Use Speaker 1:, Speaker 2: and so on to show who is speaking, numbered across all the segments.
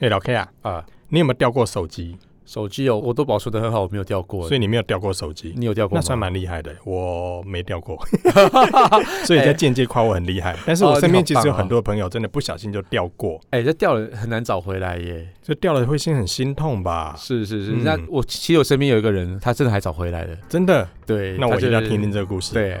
Speaker 1: 哎、老 K 啊，
Speaker 2: 啊，
Speaker 1: 你有没有掉过手机？
Speaker 2: 手机哦，我都保存的很好，我没有掉过。
Speaker 1: 所以你没有掉过手机，
Speaker 2: 你有掉过吗？
Speaker 1: 那算蛮厉害的。我没掉 过，所以在间接夸我很厉害。但
Speaker 2: 哦
Speaker 1: 是我身边其
Speaker 2: 啊
Speaker 1: 实有很多朋友真的不小心就掉过，
Speaker 2: 哎、这掉了很难找回来耶。
Speaker 1: 就掉了会心很心痛吧？
Speaker 2: 是是是，
Speaker 1: 嗯
Speaker 2: 那我其实我身边有一个人，他真的还找回来了。
Speaker 1: 真的？
Speaker 2: 对，
Speaker 1: 那我
Speaker 2: 哎他
Speaker 1: 一
Speaker 2: 就
Speaker 1: 定
Speaker 2: 是
Speaker 1: 要听听。这个故事。，
Speaker 2: 对，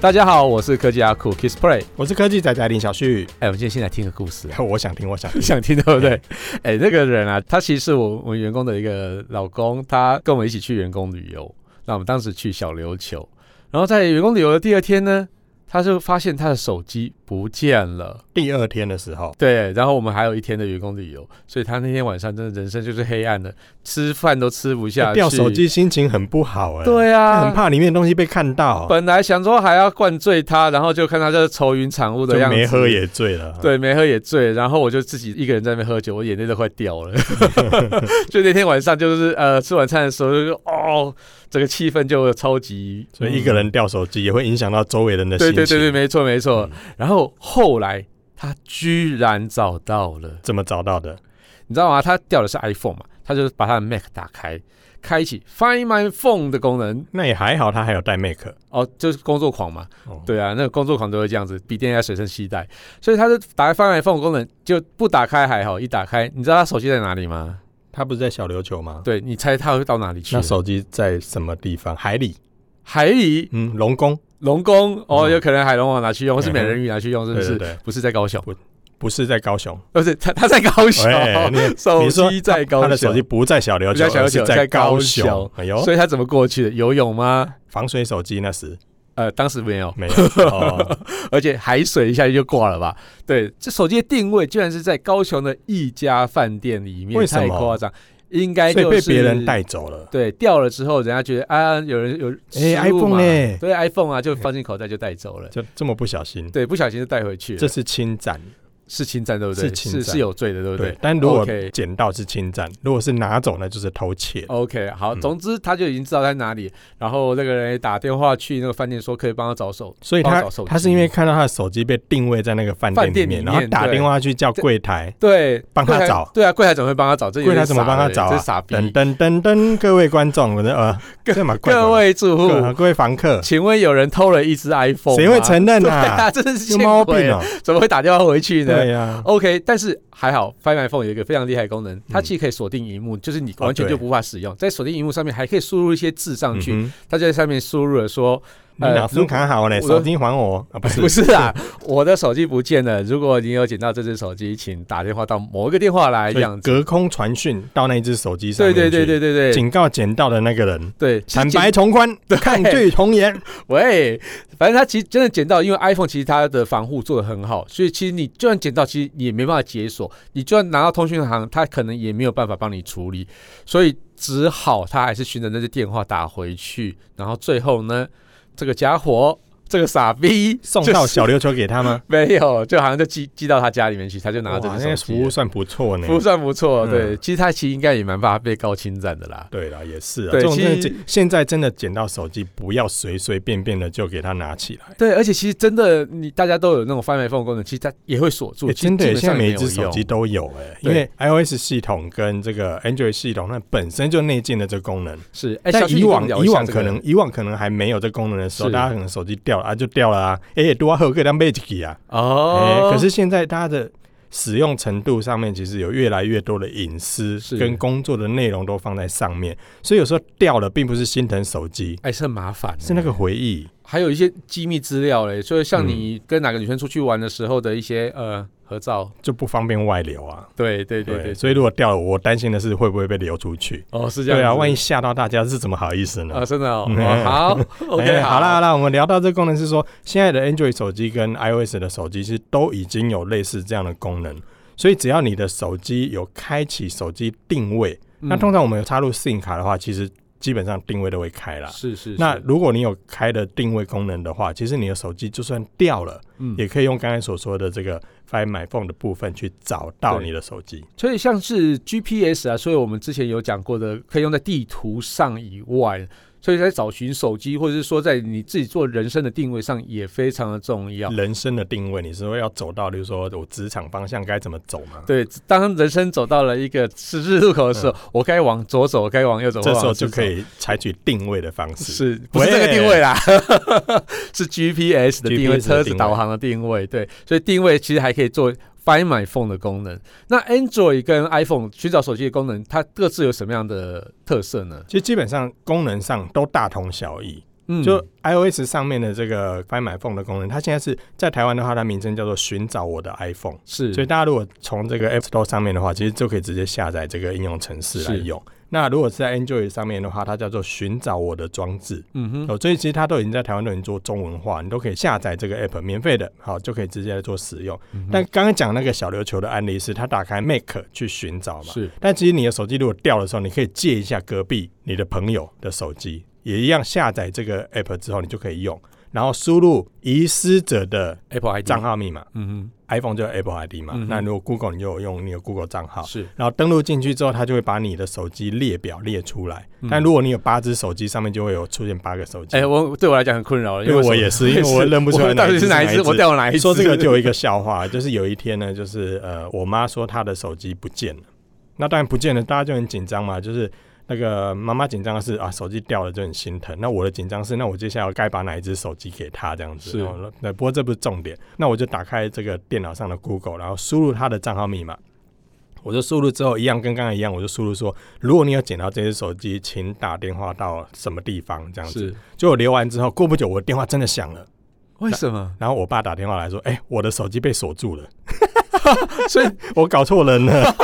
Speaker 2: 大家好，我是科技阿酷 Kiss Play。
Speaker 1: 我是科技仔仔林小旭，
Speaker 2: 哎、我们今天先来听个故事。啊
Speaker 1: 我想听，我想听。
Speaker 2: 想听对不对？哎、那个人啊，他其实是我我员工的一个老公，他跟我们一起去员工旅游。那我们当时去小琉球，然后在员工旅游的第二天呢，他就发现他的手机不见了。
Speaker 1: 第二天的时候，
Speaker 2: 对，然后我们还有一天的员工旅游，所以他那天晚上真的人生就是黑暗的，吃饭都吃不下去。
Speaker 1: 哎掉手？机心情很不好哎、
Speaker 2: 对
Speaker 1: 他
Speaker 2: 啊，
Speaker 1: 很怕里面的东西被看到，
Speaker 2: 本来想说还要灌醉他，然后就看他这愁云惨雾
Speaker 1: 就
Speaker 2: 的样子，
Speaker 1: 没喝也醉了。，
Speaker 2: 对，没喝也醉，然后我就自己一个人在那边喝酒，我眼泪都快掉了。 就那天晚上，就是呃吃晚餐的时候，就是哦，整个气氛就超级，
Speaker 1: 所以一个
Speaker 2: 人、
Speaker 1: 人掉手机也会影响到周围人的心
Speaker 2: 对
Speaker 1: 情。
Speaker 2: 对对对，没错没错。
Speaker 1: 嗯
Speaker 2: 然后后来他居然找到了，
Speaker 1: 怎么找到的？
Speaker 2: 你知道吗？他掉的是 iPhone 嘛，他就是把他的 Mac 打开，开启 Find My Phone 的功能。
Speaker 1: 那也还好，他还有带 Mac。
Speaker 2: 哦，就是工作狂嘛，
Speaker 1: 哦，
Speaker 2: 对啊，那个工作狂都会这样子，笔电要随身携带，所以他就打开 Find My Phone 功能，就不打开还好，一打开，你知道他手机在哪里吗？
Speaker 1: 他不是在小琉球吗？
Speaker 2: 对你猜他会到哪里去
Speaker 1: 那？手机在什么地方？海里，
Speaker 2: 海里
Speaker 1: 嗯，龙宫，
Speaker 2: 龙宫哦，
Speaker 1: 嗯
Speaker 2: 有可能海龙王拿去用，或是美人鱼拿去用，是
Speaker 1: 对
Speaker 2: 不
Speaker 1: 对
Speaker 2: 是？
Speaker 1: 对，
Speaker 2: 不是在高雄，
Speaker 1: 不是在高 雄。
Speaker 2: 不是他他在高雄
Speaker 1: 哎，你
Speaker 2: 手
Speaker 1: 你说
Speaker 2: 机在高
Speaker 1: 他
Speaker 2: 雄，
Speaker 1: 的手机不在小琉球，
Speaker 2: 不在小琉
Speaker 1: 而是
Speaker 2: 球
Speaker 1: 在
Speaker 2: 在
Speaker 1: 高
Speaker 2: 高
Speaker 1: 雄
Speaker 2: 雄。
Speaker 1: 哎呦，
Speaker 2: 所以他怎么过去的？游泳吗？
Speaker 1: 防水手机那时
Speaker 2: 呃，当时没有，
Speaker 1: 没有。哦
Speaker 2: 而且海水一下就挂了吧？对，这手机的定位居然是在高雄的一家饭店里面，
Speaker 1: 为什么
Speaker 2: 太夸张，应该
Speaker 1: 所以
Speaker 2: 哎就
Speaker 1: 被
Speaker 2: 是
Speaker 1: 别人带走了。
Speaker 2: 对掉了之后，人家觉得啊，有人有
Speaker 1: 哎
Speaker 2: 失误嘛
Speaker 1: ，iPhone 呢
Speaker 2: 对 iPhone 啊，就放进口袋就带走了，
Speaker 1: 就这么不小心，
Speaker 2: 对，不小心就带回去了。
Speaker 1: 这是侵占。
Speaker 2: 是侵占，对不对？
Speaker 1: 是侵占
Speaker 2: 是是有罪的，对不对
Speaker 1: 对，但如果
Speaker 2: OK 哦
Speaker 1: 捡到是侵占，如果是拿走那就是偷窃。
Speaker 2: ？OK，好，
Speaker 1: 嗯
Speaker 2: 总之他就已经知道在哪里，然后那个人也打电话去那个饭店说可以帮他找手，
Speaker 1: 所以
Speaker 2: 帮
Speaker 1: 他
Speaker 2: 他找手机
Speaker 1: 他是因为看到他的手机被定位在那个饭店
Speaker 2: 饭店
Speaker 1: 里
Speaker 2: 里
Speaker 1: 面，
Speaker 2: 面
Speaker 1: 然后打
Speaker 2: 对
Speaker 1: 电话去叫柜台，
Speaker 2: 对，
Speaker 1: 帮他
Speaker 2: 柜台
Speaker 1: 找
Speaker 2: 对啊，柜台怎么会帮他找？这有
Speaker 1: 柜台
Speaker 2: 点
Speaker 1: 怎么
Speaker 2: 傻
Speaker 1: 帮他
Speaker 2: 欸
Speaker 1: 找啊
Speaker 2: 这是傻逼。
Speaker 1: 噔噔噔噔，各位观众，我的呃，这嘛怪
Speaker 2: 各
Speaker 1: 怪
Speaker 2: 位哦住
Speaker 1: 的各
Speaker 2: 户，
Speaker 1: 各位房 客，
Speaker 2: 请问有人偷了一只 iPhone？吗
Speaker 1: 谁会承认
Speaker 2: 对
Speaker 1: 啊？
Speaker 2: 啊？真的是
Speaker 1: 有
Speaker 2: 欠
Speaker 1: 毛
Speaker 2: 鬼
Speaker 1: 病哦！
Speaker 2: 怎么会打电话回去呢
Speaker 1: 对啊呀，
Speaker 2: ？OK，但是还好，Find My Phone 有一个非常厉害的功能，它其实可以锁定荧幕，就是你完
Speaker 1: 嗯
Speaker 2: 全
Speaker 1: 啊对
Speaker 2: 就无法使用，在锁定荧幕上面还可以输入一些字上去，
Speaker 1: 嗯哼
Speaker 2: 它就在上面输入了说
Speaker 1: 你
Speaker 2: 呃
Speaker 1: 脑子卡好嘞，
Speaker 2: 我
Speaker 1: 手机还我啊？不是
Speaker 2: 不是啊， 我的手机不见了。如果你有捡到这只手机，请打电话到某一个电话来，
Speaker 1: 所
Speaker 2: 这
Speaker 1: 以
Speaker 2: 样子。
Speaker 1: 隔空传讯到那一只手机上
Speaker 2: 对
Speaker 1: 面去，
Speaker 2: 对对对对对
Speaker 1: 警告捡到的那个人，
Speaker 2: 对，
Speaker 1: 坦
Speaker 2: 其实
Speaker 1: 白
Speaker 2: 捡
Speaker 1: 从宽，抗拒从 严。
Speaker 2: 喂，反正他其实真的捡到，因为 iPhone 其实它的防护做的很好，所以其实你就算捡到，其实你也没办法解锁，你就算拿到通讯行，它可能也没有办法帮你处理，所以只好他还是循着那些电话打回去，然后最后呢，这个家伙。这个傻 逼
Speaker 1: 送到
Speaker 2: 就是
Speaker 1: 小琉球给他吗？
Speaker 2: 没有，就好像就寄寄到他家里面去，他就拿着
Speaker 1: 哇
Speaker 2: 这
Speaker 1: 那
Speaker 2: 个
Speaker 1: 个
Speaker 2: 手机
Speaker 1: 服
Speaker 2: 了
Speaker 1: 务算不错呢
Speaker 2: 服。务算不错，
Speaker 1: 嗯
Speaker 2: 对，其实他其实应该也蛮怕被告侵占的啦。
Speaker 1: 对啦，也是啊，
Speaker 2: 对
Speaker 1: 这种真的
Speaker 2: 其实
Speaker 1: 捡现在真的捡到手机，不要随随便便的就给它拿起来。
Speaker 2: 对，而且其实真的，你大家都有那种翻买缝功能，其实它也会锁住，
Speaker 1: 欸
Speaker 2: 其实
Speaker 1: 真的耶，
Speaker 2: 基本
Speaker 1: 现在
Speaker 2: 上
Speaker 1: 每
Speaker 2: 也
Speaker 1: 一
Speaker 2: 没
Speaker 1: 只
Speaker 2: 有
Speaker 1: 手
Speaker 2: 用
Speaker 1: 机都有哎、因
Speaker 2: 对
Speaker 1: 为 iOS 系统跟这个 Android 系统，它本身就内建了这个功能。
Speaker 2: 是，哎，小
Speaker 1: 但
Speaker 2: 心
Speaker 1: 以
Speaker 2: 你
Speaker 1: 往
Speaker 2: 聊一
Speaker 1: 以
Speaker 2: 下
Speaker 1: 往
Speaker 2: 这
Speaker 1: 可
Speaker 2: 个
Speaker 1: 能以往可能还没有这功能的时候，
Speaker 2: 是
Speaker 1: 大家可能手机掉了啊就掉了啊，哎、欸，多喝个当杯几啊。哎、
Speaker 2: 哦，
Speaker 1: 可是现在大家的使用程度上面，其实有越来越多的隐私
Speaker 2: 是
Speaker 1: 跟工作的内容都放在上面，所以有时候掉了并不是心疼手机，
Speaker 2: 哎是很麻烦，
Speaker 1: 是那个回忆。
Speaker 2: 还有一些机密资料嘞，所以像你跟哪个女生出去玩的时候的一些呃合照，
Speaker 1: 就不方便外流啊。
Speaker 2: 对嗯对对对，
Speaker 1: 所以如果掉了，我担心的是会不会被流出去。
Speaker 2: 哦是这样
Speaker 1: 对
Speaker 2: 子，
Speaker 1: 啊，万一吓到大家是怎么好意思呢？
Speaker 2: 啊真的哦，
Speaker 1: 嗯
Speaker 2: 哦好 OK
Speaker 1: 哎好啦
Speaker 2: 啦，
Speaker 1: 好啦，我们聊到这个功能是说，现在的 Android 手机跟 iOS 的手机是都已经有类似这样的功能，所以只要你的手机有开启手机定位，那通
Speaker 2: 常
Speaker 1: 常我们有插入 SIM 卡的话，其实基本上定位都会开啦。
Speaker 2: 是是
Speaker 1: 那
Speaker 2: 是
Speaker 1: 如果你有开的定位功能的话，其实你的手机就算掉了，
Speaker 2: 嗯
Speaker 1: 也可以用刚才所说的这个 Find My Phone 的部分去找到
Speaker 2: 对
Speaker 1: 你的手机。
Speaker 2: 所以像是 GPS 啊，所以我们之前有讲过的，可以用在地图上以外，所以在找寻手机，或者是说在你自己做人生的定位上也非常的重要。
Speaker 1: 人生的定位，你是会要走到，例如说我职场方向该怎么走吗？
Speaker 2: 对，当人生走到了一个十字路口的时候，我该往左走，我该往右走，
Speaker 1: 嗯这时候
Speaker 2: 我该往
Speaker 1: 就
Speaker 2: 左走
Speaker 1: 可以采取定位的方式。
Speaker 2: 是不是这个定位啦？ 是 GPS 的定
Speaker 1: GPS
Speaker 2: 位，
Speaker 1: 的
Speaker 2: 车子
Speaker 1: 定位
Speaker 2: 导航的定位。对，所以定位其实还可以做 Find My Phone 的功能。那 Android 跟 iPhone 寻找手机的功能，它各自有什么样的特色呢？
Speaker 1: 其实基本上功能上都大同小异。
Speaker 2: 嗯
Speaker 1: 就 iOS 上面的这个 Find My Phone 的功能，它现在是在台湾的话，它名称叫做“寻找我的 iPhone”。
Speaker 2: 是
Speaker 1: 所以大家如果从这个 App Store 上面的话，其实就可以直接下载这个应用程式来
Speaker 2: 是
Speaker 1: 用。那如果是在 Android 上面的话，它叫做“寻找我的装置”。
Speaker 2: 嗯哼，
Speaker 1: 哦，所以其实它都已经在台湾都已经做中文化，你都可以下载这个 app，免费的，好就可以直接来做使用。
Speaker 2: 嗯哼
Speaker 1: 但刚刚讲那个小琉球的案例是，他打开 Make 去寻找嘛，
Speaker 2: 是
Speaker 1: 但其实你的手机如果掉的时候，你可以借一下隔壁你的朋友的手机，也一样下载这个 app 之后，你就可以用，然后输入遗失者的
Speaker 2: Apple ID
Speaker 1: 账，号密码
Speaker 2: 嗯
Speaker 1: ，iPhone 就有 Apple ID 嘛，
Speaker 2: 嗯哼
Speaker 1: 那如果 Google 你就有用你的 Google 账号
Speaker 2: 哼，。是
Speaker 1: 然后登录进去之后，它就会把你的手机列表列出来。
Speaker 2: 嗯
Speaker 1: 但如果你有八只手机，上面就会有出现八个手机。
Speaker 2: 哎，我对我来讲很困扰了，因
Speaker 1: 因
Speaker 2: 为
Speaker 1: 为我也是，因为我认不出来
Speaker 2: 我到底是哪
Speaker 1: 哪
Speaker 2: 一
Speaker 1: 只
Speaker 2: 只，。我掉了哪一只？
Speaker 1: 说这个就有一个笑话，就是有一天呢，就是呃，我妈说她的手机不见了，那当然不见了，大家就很紧张嘛，就是。那个妈妈紧张的是啊，手机掉了就很心疼。那我的紧张是，那我接下来该把哪一只手机给她这样子？
Speaker 2: 是
Speaker 1: 哦那不过这不是重点。那我就打开这个电脑上的 Google，然后输入她的账号密码。我就输入之后，一样跟刚才一样，我就输入说，如果你有捡到这只手机，请打电话到什么地方这样子。
Speaker 2: 是
Speaker 1: 就我留完之后，过不久我的电话真的响了，
Speaker 2: 为什么？
Speaker 1: 然后我爸打电话来说：“哎、我的手机被锁住了，
Speaker 2: 所以
Speaker 1: 我搞错人 了。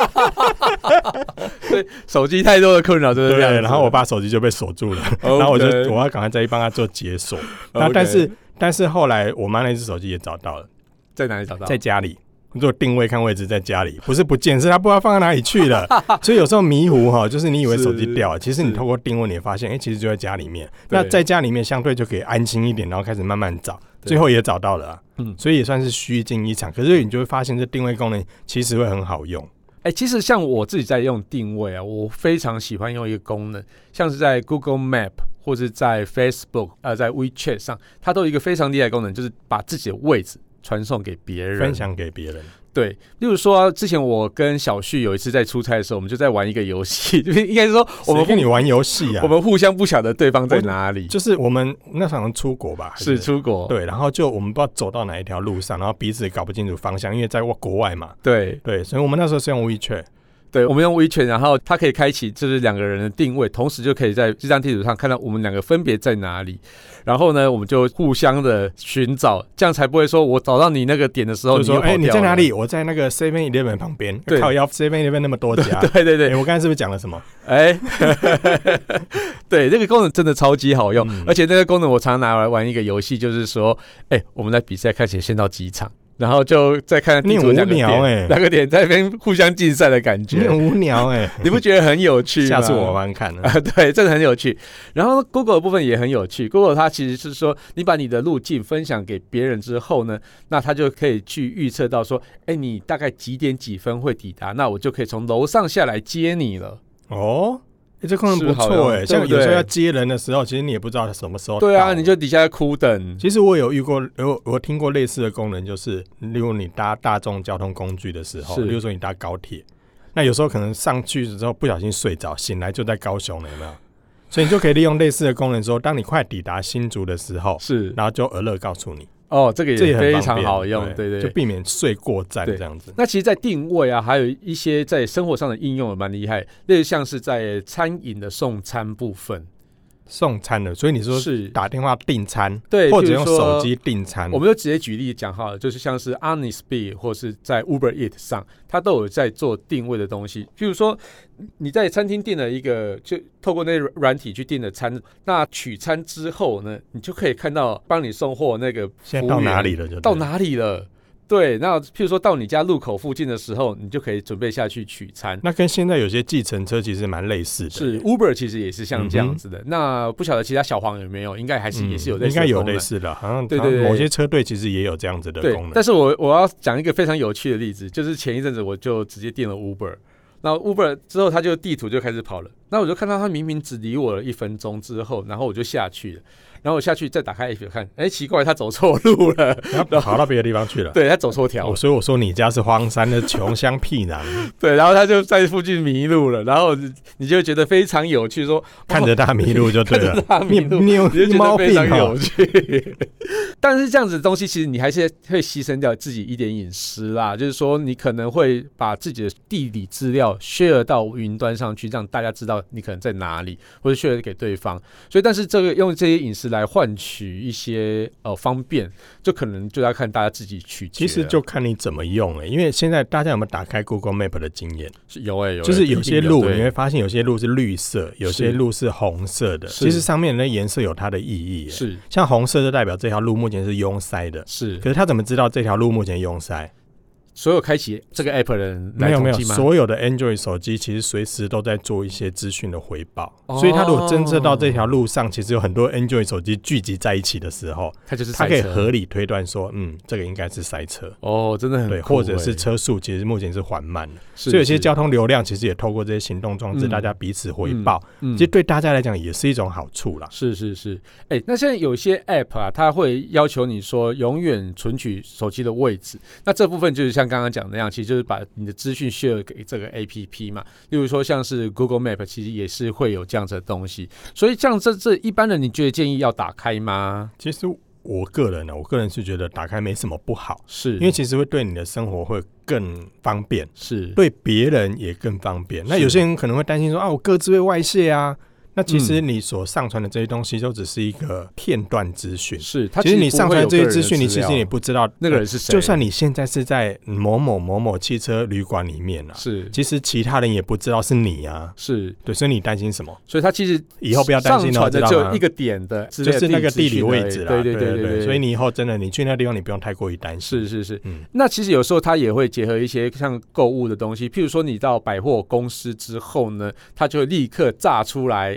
Speaker 2: 手机太多的困扰”就是
Speaker 1: 对，
Speaker 2: 这样子。
Speaker 1: 然后我 爸手机就被锁住了，
Speaker 2: OK，
Speaker 1: 然后我就我要赶快再去帮他做解锁。然后
Speaker 2: OK
Speaker 1: 但是但是后来我妈那只手机也找到了，
Speaker 2: 在哪里找到？
Speaker 1: 在家里。做定位看位置在家里，不是不见，是他不知道放到哪里去 了。所以有时候迷糊哈，就是你以为手机掉了，其实你
Speaker 2: 是
Speaker 1: 透过定位你也发现，哎、其实就在家里面。那
Speaker 2: 对
Speaker 1: 在家里面相对就可以安心一点，然后开始慢慢找，
Speaker 2: 对
Speaker 1: 最后也找到了、啊。
Speaker 2: 嗯
Speaker 1: 所以也算是虚惊一场。可是你就会发现，这定位功能其实会很好用。
Speaker 2: 哎、其实像我自己在用定位啊，我非常喜欢用一个功能，像是在 Google Map 或是在 Facebook 呃，在 WeChat 上，它都有一个非常厉害的功能，就是把自己的位置传送给别人。
Speaker 1: 分享给别人。
Speaker 2: 对，例如说、之前我跟小旭有一次在出差的时候，我们就在玩一个游戏， 就是应该是说
Speaker 1: 我
Speaker 2: 我们
Speaker 1: 们
Speaker 2: 互、
Speaker 1: 跟你玩游戏啊，
Speaker 2: 我们互相不晓得对方在哪里，
Speaker 1: 就是我们那场出国吧，还
Speaker 2: 是出国。
Speaker 1: 对，然后就我们不知道走到哪一条路上，然后彼此也搞不清楚方向，因为在国外嘛。
Speaker 2: 对
Speaker 1: 对，所以我们那时候是用 WeChat，
Speaker 2: 对，我们用 WeChat，然后它可以开启就是两个人的定位，同时就可以在这张地图上看到我们两个分别在哪里。然后呢，我们就互相的寻找，这样才不会说我找到你那个点的时候，
Speaker 1: 就说
Speaker 2: 又跑
Speaker 1: 哎、你
Speaker 2: 掉
Speaker 1: 在
Speaker 2: 了
Speaker 1: 哪？里？我在那个 Seven Eleven 旁边，
Speaker 2: 对
Speaker 1: 靠腰 Seven Eleven 那么多家。
Speaker 2: 对对
Speaker 1: 哎、
Speaker 2: 对，
Speaker 1: 我刚才是不是讲了什么？
Speaker 2: 哎， 对，这个功能真的超级好用，
Speaker 1: 嗯
Speaker 2: 而且那个功能我常拿来玩一个游戏，就是说，哎，我们在比赛看谁先到几场，然后就再看地
Speaker 1: 你
Speaker 2: 图
Speaker 1: 很无
Speaker 2: 两个点，
Speaker 1: 聊哎、
Speaker 2: 两个点在那边互相竞赛的感
Speaker 1: 你
Speaker 2: 觉，
Speaker 1: 很无聊 哎、
Speaker 2: 你不觉得很有趣 吗？
Speaker 1: 下次我玩看了。
Speaker 2: 啊，对，这个很有趣。然后 Google 的部分也很有趣，Google 它其实是说，你把你的路径分享给别人之后呢，那它就可以去预测到说，哎，你大概几点几分会抵达，那我就可以从楼上下来接你了。
Speaker 1: 哦。哎这功能
Speaker 2: 是
Speaker 1: 不
Speaker 2: 好
Speaker 1: 错
Speaker 2: 用
Speaker 1: 哎、
Speaker 2: 对
Speaker 1: 像
Speaker 2: 不
Speaker 1: 有时候
Speaker 2: 对
Speaker 1: 要接人的时候，其实你也不知道他什么时候到。
Speaker 2: 对啊，你就底下哭等。
Speaker 1: 其实我有遇过，有我听过类似的功能，就是例如你搭大众交通工具的时候，
Speaker 2: 是
Speaker 1: 例如说你搭高铁，那有时候可能上去之后不小心睡着，醒来就在高雄了，有没有？所以你就可以利用类似的功能说，当你快抵达新竹的时候，
Speaker 2: 是
Speaker 1: 然后就额乐告诉你，
Speaker 2: 哦，这个
Speaker 1: 这也
Speaker 2: 也
Speaker 1: 很
Speaker 2: 非
Speaker 1: 方
Speaker 2: 常
Speaker 1: 便
Speaker 2: 好用，对对
Speaker 1: 就
Speaker 2: 对。
Speaker 1: 避免睡过站
Speaker 2: 对
Speaker 1: 这样子。
Speaker 2: 那其实，在定位啊，还有一些在生活上的应用也蛮厉害，例如像是在餐饮的送餐部分，
Speaker 1: 送餐的，所以你说
Speaker 2: 是
Speaker 1: 打电话订餐，
Speaker 2: 对，
Speaker 1: 或者
Speaker 2: 譬如
Speaker 1: 用
Speaker 2: 说
Speaker 1: 手机啊订餐
Speaker 2: 我，们就直接举例讲好了，就是像是 Honestbee 或是在 Uber Eat 上，它都有在做定位的东西。譬如说，你在餐厅订了一个，就透过那软体去订的餐，那取餐之后呢，你就可以看到帮你送货那个
Speaker 1: 现在到
Speaker 2: 服务员
Speaker 1: 哪里了就对
Speaker 2: 到哪里了。对，那譬如说到你家路口附近的时候，你就可以准备下去取餐。
Speaker 1: 那跟现在有些计程车其实蛮类似的，
Speaker 2: 是 Uber 其实也是像这
Speaker 1: 嗯
Speaker 2: 样
Speaker 1: 哼
Speaker 2: 子的。那不晓得其他小黄有没有？应该还是
Speaker 1: 嗯
Speaker 2: 也是有类似
Speaker 1: 应该
Speaker 2: 的
Speaker 1: 有
Speaker 2: 功
Speaker 1: 类
Speaker 2: 能
Speaker 1: 似的，好像
Speaker 2: 对
Speaker 1: 好像
Speaker 2: 对对
Speaker 1: 某些车队其实也有这样子的
Speaker 2: 对，
Speaker 1: 功能。
Speaker 2: 但是我我要讲一个非常有趣的例子，就是前一阵子我就直接订了 Uber，那 Uber 之后他就地图就开始跑了，那我就看到他明明只离我了一分钟之后，然后我就下去了，然后我下去再打开 app 看，哎，奇怪，他走错路 了，
Speaker 1: 然后跑到别的地方去了。
Speaker 2: 对他走错条
Speaker 1: 我，所以我说你家是荒山的穷乡僻 壤，
Speaker 2: 对，然后他就在附近迷路了，然后你就觉得非常有趣，说
Speaker 1: 看着大迷路就对了。
Speaker 2: 他迷
Speaker 1: 你
Speaker 2: 路。
Speaker 1: 你有
Speaker 2: 你就觉
Speaker 1: 猫
Speaker 2: 得非
Speaker 1: 病
Speaker 2: 常
Speaker 1: 啊
Speaker 2: 有？趣。 但是这样子的东西，其实你还是会牺牲掉自己一点隐私啦。就是说，你可能会把自己的地理资料 share 到云端上去，让大家知道你可能在哪里，或者 share 给对方。所以，但是这个用这些隐私来换取一些呃方便，就可能就要看大家自己取决
Speaker 1: 其
Speaker 2: 了。
Speaker 1: 实就看你怎么用了、因为现在大家有没有打开 Google Map 的经验？
Speaker 2: 是有哎、有欸
Speaker 1: 就是有些路你
Speaker 2: 对
Speaker 1: 会发现，有些路是绿色，有些路是红色的。
Speaker 2: 是
Speaker 1: 其实上面的颜色有它的意义、欸。
Speaker 2: 是
Speaker 1: 像红色就代表这条路目前是拥塞的，
Speaker 2: 是
Speaker 1: 可是他怎么知道这条路目前拥塞？
Speaker 2: 所有开启这个 app 的人来
Speaker 1: 没有没有，
Speaker 2: 统计吗
Speaker 1: 所有的 Android 手机其实随时都在做一些资讯的回报，
Speaker 2: 哦
Speaker 1: 所以它如果侦测到这条路上其实有很多 Android 手机聚集在一起的时候，
Speaker 2: 它就是
Speaker 1: 它
Speaker 2: 塞
Speaker 1: 可以
Speaker 2: 车
Speaker 1: 合理推断说，嗯，这个应该是塞车，
Speaker 2: 哦，真的很
Speaker 1: 对，
Speaker 2: 酷
Speaker 1: 或者
Speaker 2: 欸
Speaker 1: 是，车速其实目前是缓慢的，
Speaker 2: 是
Speaker 1: 所以有些
Speaker 2: 是
Speaker 1: 交通流量其实也透过这些行动装置，
Speaker 2: 嗯
Speaker 1: 大家彼此回报，
Speaker 2: 嗯
Speaker 1: 其实对大家来讲也是一种好处啦。
Speaker 2: 是是是，哎、那现在有些 App 啊，它会要求你说永远存取手机的位置。那这部分就是像刚刚讲的那样，其实就是把你的资讯 share 给这个 APP 嘛。例如说像是 Google Map，其实也是会有这样子的东西。所以像这这一般人，你觉得建议要打开吗？
Speaker 1: 其实我个人呢、我个人是觉得打开没什么不好，
Speaker 2: 是，
Speaker 1: 因为其实会对你的生活会更方便。
Speaker 2: 是
Speaker 1: 对别人也更方便。那
Speaker 2: 是
Speaker 1: 有些人可能会担心说啊，我各自会外泄啊。那其实
Speaker 2: 嗯
Speaker 1: 你所上传的这些东西，就只是一个片段资讯。
Speaker 2: 是，它
Speaker 1: 其实你上传这些资
Speaker 2: 资
Speaker 1: 讯，你其实也不知道呃
Speaker 2: 那个人是谁，
Speaker 1: 就算你现在是在某某某某汽车旅馆里面啊，
Speaker 2: 是
Speaker 1: 其实其他人也不知道是你啊。
Speaker 2: 是，
Speaker 1: 对，所以你担心什么？
Speaker 2: 所以它其实
Speaker 1: 以后不要担
Speaker 2: 上
Speaker 1: 心
Speaker 2: 传
Speaker 1: 哦，
Speaker 2: 的
Speaker 1: 知道
Speaker 2: 就
Speaker 1: 吗
Speaker 2: 一？个点的之类
Speaker 1: 就
Speaker 2: 的资
Speaker 1: 是
Speaker 2: 讯
Speaker 1: 那
Speaker 2: 而已，
Speaker 1: 个地理位置啦，
Speaker 2: 啊对对
Speaker 1: 对
Speaker 2: 对对，
Speaker 1: 所以你以后真的你去那地方，你不用太过于担心。
Speaker 2: 是是是，
Speaker 1: 嗯
Speaker 2: 那其实有时候它也会结合一些像购物的东西，譬如说你到百货公司之后呢，它就会立刻炸出来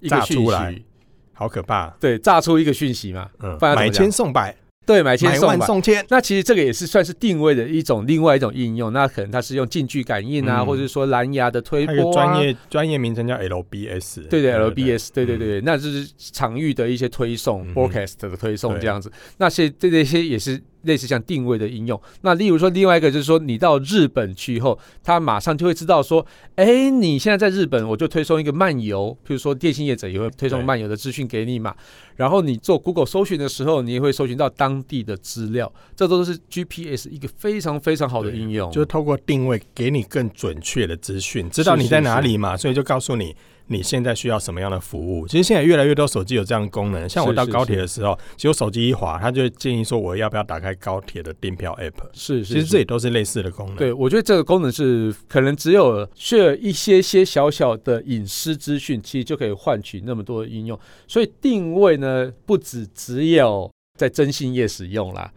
Speaker 2: 一个
Speaker 1: 炸
Speaker 2: 讯
Speaker 1: 出来
Speaker 2: 息，
Speaker 1: 好可怕。
Speaker 2: 对，炸出一个讯息嘛，
Speaker 1: 嗯，
Speaker 2: 不然怎么
Speaker 1: 买
Speaker 2: 讲
Speaker 1: 千送百，
Speaker 2: 对，买千
Speaker 1: 买
Speaker 2: 送
Speaker 1: 万
Speaker 2: 嘛。
Speaker 1: 送千。
Speaker 2: 那其实这个也是算是定位的一种另外一种应用，那可能它是用近距感应啊，
Speaker 1: 嗯
Speaker 2: 或者说蓝牙的推
Speaker 1: 它有
Speaker 2: 波、啊，
Speaker 1: 专业专业名称叫 LBS，
Speaker 2: 对对 LBS，对对对对，那就是场域的一些推送、
Speaker 1: 嗯
Speaker 2: broadcast 的推送
Speaker 1: 对
Speaker 2: 这样子。那些这这些也是类似像定位的应用。那例如说，另外一个就是说，你到日本去以后，他马上就会知道说，哎，你现在在日本，我就推送一个漫游，比如说电信业者也会推送
Speaker 1: 对
Speaker 2: 漫游的资讯给你嘛。然后你做 Google 搜寻的时候，你也会搜寻到当地的资料，这都是 GPS 一个非常非常好的
Speaker 1: 对
Speaker 2: 应用。
Speaker 1: 就是透过定位给你更准确的资讯，知道你在哪里嘛，所以就告诉你你现在需要什么样的服务。其实现在越来越多手机有这样的功能，像我
Speaker 2: 是
Speaker 1: 到
Speaker 2: 是
Speaker 1: 高铁的时候，其实我手机一滑，它就会建议说我要不要打开高铁的订票 app。
Speaker 2: 是是
Speaker 1: 其实
Speaker 2: 是
Speaker 1: 这也都是类似的功能。
Speaker 2: 对，我觉得这个功能是可能只有 share 一些些小小的隐私资讯，其实就可以换取那么多的应用。所以定位呢，不只只有在征信业使用啦，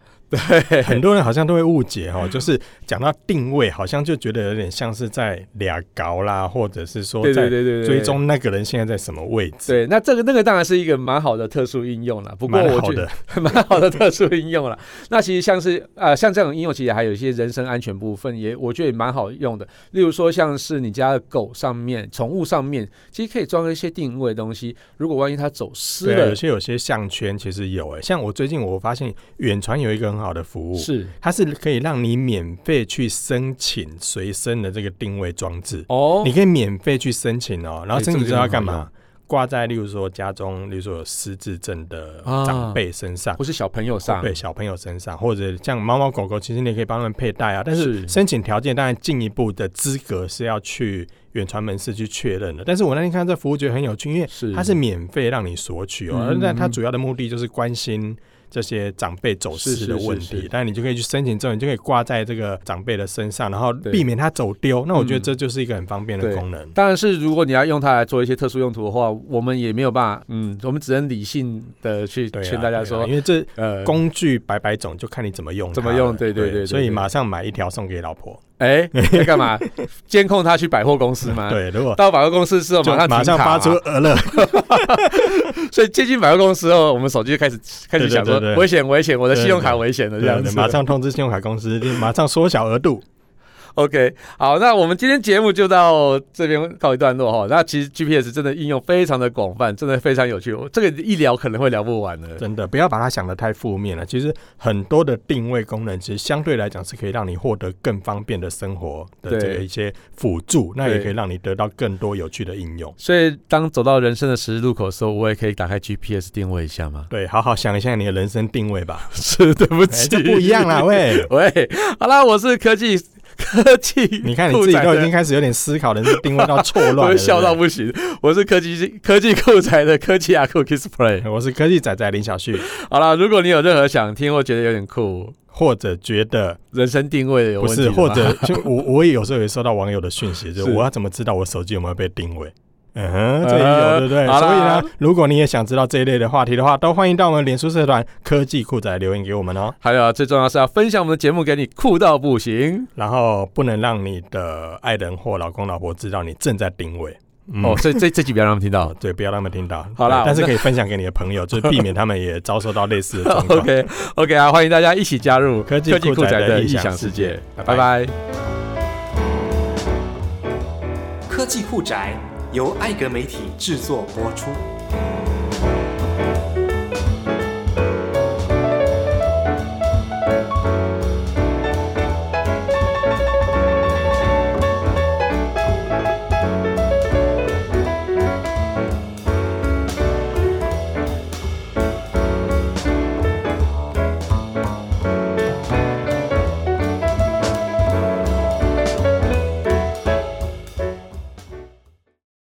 Speaker 1: 很多人好像都会误解哦，就是讲到定位，好像就觉得有点像是在俩搞啦，或者是说
Speaker 2: 对对
Speaker 1: 哦在
Speaker 2: 对对对，
Speaker 1: 追。踪那个人现在在什么位置。
Speaker 2: 对，那这个那个当然是一个蛮好的特殊应用啦。不过
Speaker 1: 蛮
Speaker 2: 我
Speaker 1: 好
Speaker 2: 觉
Speaker 1: 的
Speaker 2: 得， 蛮好的特殊应用了。那其实像是呃，像这种应用，其实还有一些人身安全部分也，我觉得也蛮好用的。例如说，像是你家的狗上面、宠物上面，其实可以装一些定位的东西。如果万一它走失
Speaker 1: 对啊，
Speaker 2: 了
Speaker 1: 有，些有些项圈其实有诶、欸像我最近我发现远传有一个很好的服务，
Speaker 2: 是
Speaker 1: 它是可以让你免费去申请随身的这个定位装置，
Speaker 2: 哦
Speaker 1: 你，可以免费去申请哦，然后
Speaker 2: 哎
Speaker 1: 申
Speaker 2: 这
Speaker 1: 请
Speaker 2: 个
Speaker 1: 之后
Speaker 2: 真的
Speaker 1: 要
Speaker 2: 很
Speaker 1: 干
Speaker 2: 好
Speaker 1: 嘛？挂在例如说家中，例如说有失智症的
Speaker 2: 啊
Speaker 1: 长辈身上。
Speaker 2: 或是小朋友上，
Speaker 1: 哦对小朋友身上，或者像猫猫狗狗，其实你也可以帮他们佩戴啊。但是
Speaker 2: 是
Speaker 1: 申请条件当然进一步的资格是要去远传门市去确认的。但是我那天看到这服务觉得很有趣，因为
Speaker 2: 是
Speaker 1: 它是免费让你索取哦，
Speaker 2: 嗯
Speaker 1: 但它主要的目的就是关心。这些长辈走
Speaker 2: 是
Speaker 1: 失的
Speaker 2: 是
Speaker 1: 问
Speaker 2: 是是
Speaker 1: 题，但你就可以去申请之后，你就可以挂在这个长辈的身上，然后
Speaker 2: 对
Speaker 1: 避免他走丢。那我觉得
Speaker 2: 嗯
Speaker 1: 这就是一个很方便的
Speaker 2: 对
Speaker 1: 功能。
Speaker 2: 当然是，如果你要用它来做一些特殊用途的话，我们也没有办法，嗯，我们只能理性的去
Speaker 1: 对啊，
Speaker 2: 劝
Speaker 1: 对
Speaker 2: 大家
Speaker 1: 啊
Speaker 2: 说，
Speaker 1: 因为这
Speaker 2: 呃，
Speaker 1: 工具百百种，就看你怎么用它了。
Speaker 2: 怎么用对对对对
Speaker 1: 所以
Speaker 2: 对
Speaker 1: 马上买一条送给老婆。
Speaker 2: 哎，在干嘛？监控他去百货公司吗？，
Speaker 1: 对，如果
Speaker 2: 到百货公司之后
Speaker 1: 就
Speaker 2: 马上
Speaker 1: 马上
Speaker 2: 停卡
Speaker 1: 发
Speaker 2: 嘛
Speaker 1: 出呃乐，
Speaker 2: 所以接近百货公司后，我们手机就开始开始想
Speaker 1: 对
Speaker 2: 说
Speaker 1: 对对对
Speaker 2: 危险危险，我的信用卡
Speaker 1: 对对
Speaker 2: 危险了这
Speaker 1: 对
Speaker 2: 样
Speaker 1: 对
Speaker 2: 子。
Speaker 1: 马上通知信用卡公司，马上缩小额度。
Speaker 2: OK，好，那我们今天节目就到这边告一段落哈。那其实 GPS 真的应用非常的广泛，真的非常有趣，我这个一聊可能会聊不完的。
Speaker 1: 真的，不要把它想得太负面了。其实很多的定位功能，其实相对来讲是可以让你获得更方便的生活的这
Speaker 2: 对
Speaker 1: 个一些辅助，那也
Speaker 2: 对
Speaker 1: 可以让你得到更多有趣的应用。
Speaker 2: 所以当走到人生的十字路口的时候，我也可以打开 GPS 定位一下吗？
Speaker 1: 对，好好想一下你的人生定位吧，
Speaker 2: 是，对不
Speaker 1: 哎，
Speaker 2: 起，
Speaker 1: 这不一样啦，。喂。
Speaker 2: 喂，好啦，我是科技 科技，
Speaker 1: 你看你自己都已经。开始有点思考人生定位到错
Speaker 2: 我
Speaker 1: 乱
Speaker 2: 会
Speaker 1: 了，
Speaker 2: 笑到
Speaker 1: 对
Speaker 2: 不行！我是科技科技酷仔的科技阿酷 Kissplay
Speaker 1: 不。对我是科技仔仔林小旭，
Speaker 2: 好了，如果你有任何想听或觉得有点酷，
Speaker 1: 或者觉得
Speaker 2: 人生定位有
Speaker 1: 不
Speaker 2: 问题
Speaker 1: 是，
Speaker 2: 的话，
Speaker 1: 或者就我我也有时候也收到网友的讯息，就是
Speaker 2: 是
Speaker 1: 我要怎么知道我手机有没有被定位？嗯哼，这也有
Speaker 2: 呃
Speaker 1: 对不对？
Speaker 2: 好啦
Speaker 1: 所以呢，如果你也想知道这一类的话题的话，都欢迎到我们脸书社团科技酷仔留言给我们哦。
Speaker 2: 还有啊最重要是要分享我们的节目给你酷到不行、
Speaker 1: 然后不能让你的爱人或老公老婆知道你正在定位、嗯、
Speaker 2: 哦，所以这这集不要让他们听 到。
Speaker 1: 对，不要让他们听到。
Speaker 2: 好啦
Speaker 1: 对但是
Speaker 2: 我们
Speaker 1: 可以分享给你的朋友，就是避免他们也遭受到类似的状 况。
Speaker 2: OK OK 啊，欢迎大家一起加入
Speaker 1: 科技酷
Speaker 2: 酷
Speaker 1: 宅
Speaker 2: 宅
Speaker 1: 的
Speaker 2: 的
Speaker 1: 异
Speaker 2: 异
Speaker 1: 想
Speaker 2: 想
Speaker 1: 世
Speaker 2: 世
Speaker 1: 界
Speaker 2: 界，
Speaker 1: 拜
Speaker 2: 拜拜
Speaker 3: 科技酷宅由艾格媒体制作播出。